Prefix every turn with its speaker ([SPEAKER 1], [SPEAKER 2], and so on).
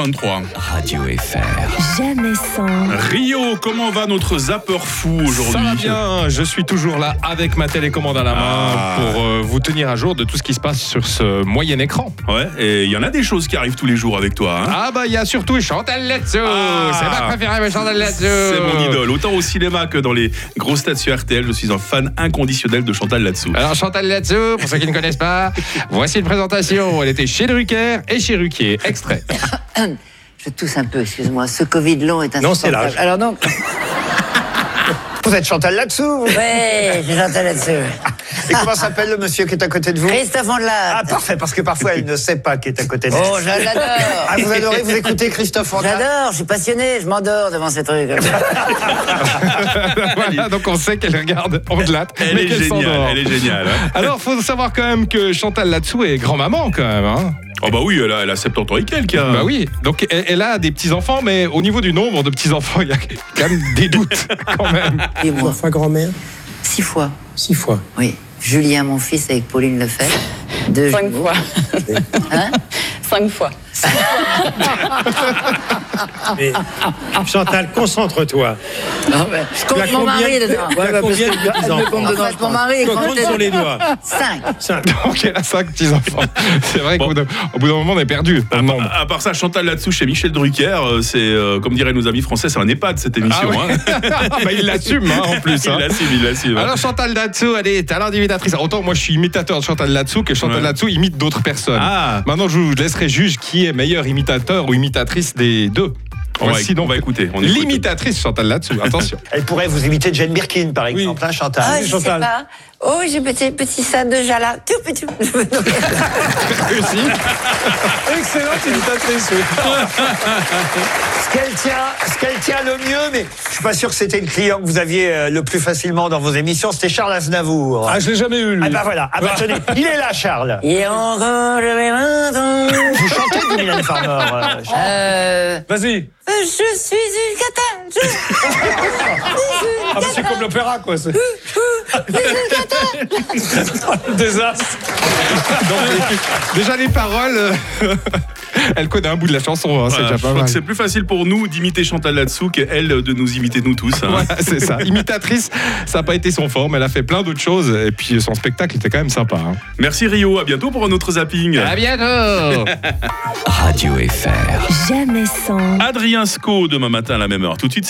[SPEAKER 1] 23.
[SPEAKER 2] Radio FR.
[SPEAKER 3] Jamais sans,
[SPEAKER 1] Rio, comment va notre zapper fou aujourd'hui
[SPEAKER 4] Ça va bien, je suis toujours là avec ma télécommande à la main
[SPEAKER 1] Ah.
[SPEAKER 4] pour euh, vous tenir à jour de tout ce qui se passe sur ce moyen écran.
[SPEAKER 1] Ouais, et il y en a des choses qui arrivent tous les jours avec toi. hein.
[SPEAKER 4] Ah bah il y a surtout Chantal Latsou
[SPEAKER 1] Ah.
[SPEAKER 4] C'est ma préférée, mais Chantal Latsou
[SPEAKER 1] C'est mon idole. Autant au cinéma que dans les grosses têtes sur RTL, je suis un fan inconditionnel de Chantal là-dessous.
[SPEAKER 4] Alors Chantal Latsou, pour ceux qui ne connaissent pas, voici une présentation. Elle était chez Drucker et chez Ruquier. Extrait.
[SPEAKER 5] Je tousse un peu, excuse-moi. Ce Covid long est
[SPEAKER 6] Non, c'est
[SPEAKER 5] insupportable.
[SPEAKER 6] l'âge.
[SPEAKER 5] Alors non.
[SPEAKER 6] Vous êtes Chantal Latsou vous
[SPEAKER 5] Ouais, j'ai j'entends là-dessus.
[SPEAKER 6] Et comment s'appelle le monsieur qui est à côté de vous
[SPEAKER 5] Christophe
[SPEAKER 6] Ah,
[SPEAKER 5] Andelade.
[SPEAKER 6] parfait, parce que parfois elle ne sait pas qui est à côté d'elle.
[SPEAKER 5] Oh, j'a- j'adore.
[SPEAKER 6] Ah, vous adorez, vous écoutez Christophe Andelade
[SPEAKER 5] J'adore, je suis passionné, je m'endors devant ces trucs.
[SPEAKER 4] voilà, donc on sait qu'elle regarde en delà.
[SPEAKER 1] Elle,
[SPEAKER 4] mais
[SPEAKER 1] est
[SPEAKER 4] qu'elle
[SPEAKER 1] géniale,
[SPEAKER 4] s'endort.
[SPEAKER 1] elle est géniale. hein.
[SPEAKER 4] Alors faut savoir quand même que Chantal Latsou est grand-maman quand même. hein.
[SPEAKER 1] Oh bah oui, elle a, elle a 70 ans et quelques. hein.
[SPEAKER 4] Bah oui, donc elle, elle a des petits-enfants, mais au niveau du nombre de petits-enfants, il y a quand même des doutes quand même.
[SPEAKER 5] Et moi,
[SPEAKER 7] fois grand-mère
[SPEAKER 5] six fois.
[SPEAKER 7] Six fois.
[SPEAKER 5] Oui. Julien, mon fils, avec Pauline Lefebvre. Deux
[SPEAKER 8] Cinq
[SPEAKER 5] jumeaux.
[SPEAKER 8] fois.
[SPEAKER 5] Hein
[SPEAKER 8] Cinq fois.
[SPEAKER 7] Mais Chantal, concentre-toi.
[SPEAKER 5] Non, mais Je
[SPEAKER 7] Tu as
[SPEAKER 5] compte mon mari dedans.
[SPEAKER 7] tu as combien de petits-enfants
[SPEAKER 5] compte dedans, je mon mari.
[SPEAKER 7] Je
[SPEAKER 5] compte
[SPEAKER 7] compte sur les Ah, doigts.
[SPEAKER 5] Cinq.
[SPEAKER 7] Cinq.
[SPEAKER 4] Donc elle a cinq petits-enfants. C'est vrai
[SPEAKER 1] Bon. Ah,
[SPEAKER 4] qu'au bout d'un- au bout d'un moment, on est perdu dans le nombre.
[SPEAKER 1] À part ça, Chantal là-dessous chez Michel Drucker, euh, c'est, euh, comme diraient nos amis français, c'est un EHPAD cette émission.
[SPEAKER 4] Ah ouais.
[SPEAKER 1] hein.
[SPEAKER 4] Bah, il l'assume hein, en plus.
[SPEAKER 1] il
[SPEAKER 4] hein.
[SPEAKER 1] l'assume, il l'assume.
[SPEAKER 4] Alors Chantal Latsou, elle est talent d'imitatrice. Autant moi je suis imitateur de Chantal Latsou que Chantal
[SPEAKER 1] Ouais.
[SPEAKER 4] Latsou imite d'autres personnes.
[SPEAKER 1] Ah.
[SPEAKER 4] Maintenant je vous laisserai juge qui est meilleur imitateur ou imitatrice des deux.
[SPEAKER 1] On va
[SPEAKER 4] Voici
[SPEAKER 1] éc-
[SPEAKER 4] donc
[SPEAKER 1] on va écouter, on écoute.
[SPEAKER 4] L'imitatrice Chantal Latsou, attention.
[SPEAKER 6] Elle pourrait vous imiter Jane Birkin, par exemple, hein, Chantal
[SPEAKER 9] Ah, je sais pas. Oh, j'ai petit, petit ça de jala. Tout petit.
[SPEAKER 4] Réussi. Excellente imitatrice.
[SPEAKER 6] Ce qu'elle tient, ce qu'elle tient le mieux, mais je suis pas sûr que c'était le client que vous aviez euh, le plus facilement dans vos émissions, c'était Charles Aznavour. Ah,
[SPEAKER 7] je l'ai jamais eu,
[SPEAKER 6] bah voilà, ah bah tenez, il est là, Charles.
[SPEAKER 5] Et encore mes mains dans-
[SPEAKER 6] Vous chantez du Mylène Farmer. euh, Charles.
[SPEAKER 5] Euh,
[SPEAKER 7] Vas-y.
[SPEAKER 9] Je suis une cata. Je
[SPEAKER 7] Ah, bah, c'est comme l'opéra, quoi. C'est le désastre.
[SPEAKER 4] Donc, les- déjà les paroles, euh, elle connaît un bout de la chanson, hein, c'est
[SPEAKER 1] Voilà,
[SPEAKER 4] déjà
[SPEAKER 1] je
[SPEAKER 4] pas
[SPEAKER 1] crois
[SPEAKER 4] mal.
[SPEAKER 1] que c'est plus facile pour nous d'imiter Chantal là-dessous qu'elle euh, de nous imiter nous tous. hein.
[SPEAKER 4] Voilà, c'est ça. Imitatrice, ça n'a pas été son forme. Elle a fait plein d'autres choses. Et puis son spectacle était quand même sympa. hein.
[SPEAKER 1] Merci Rio, à bientôt pour un autre zapping.
[SPEAKER 4] bientôt
[SPEAKER 2] Radio FR.
[SPEAKER 3] jamais sans.
[SPEAKER 1] Adrien Sco demain matin à la même heure. Tout de suite,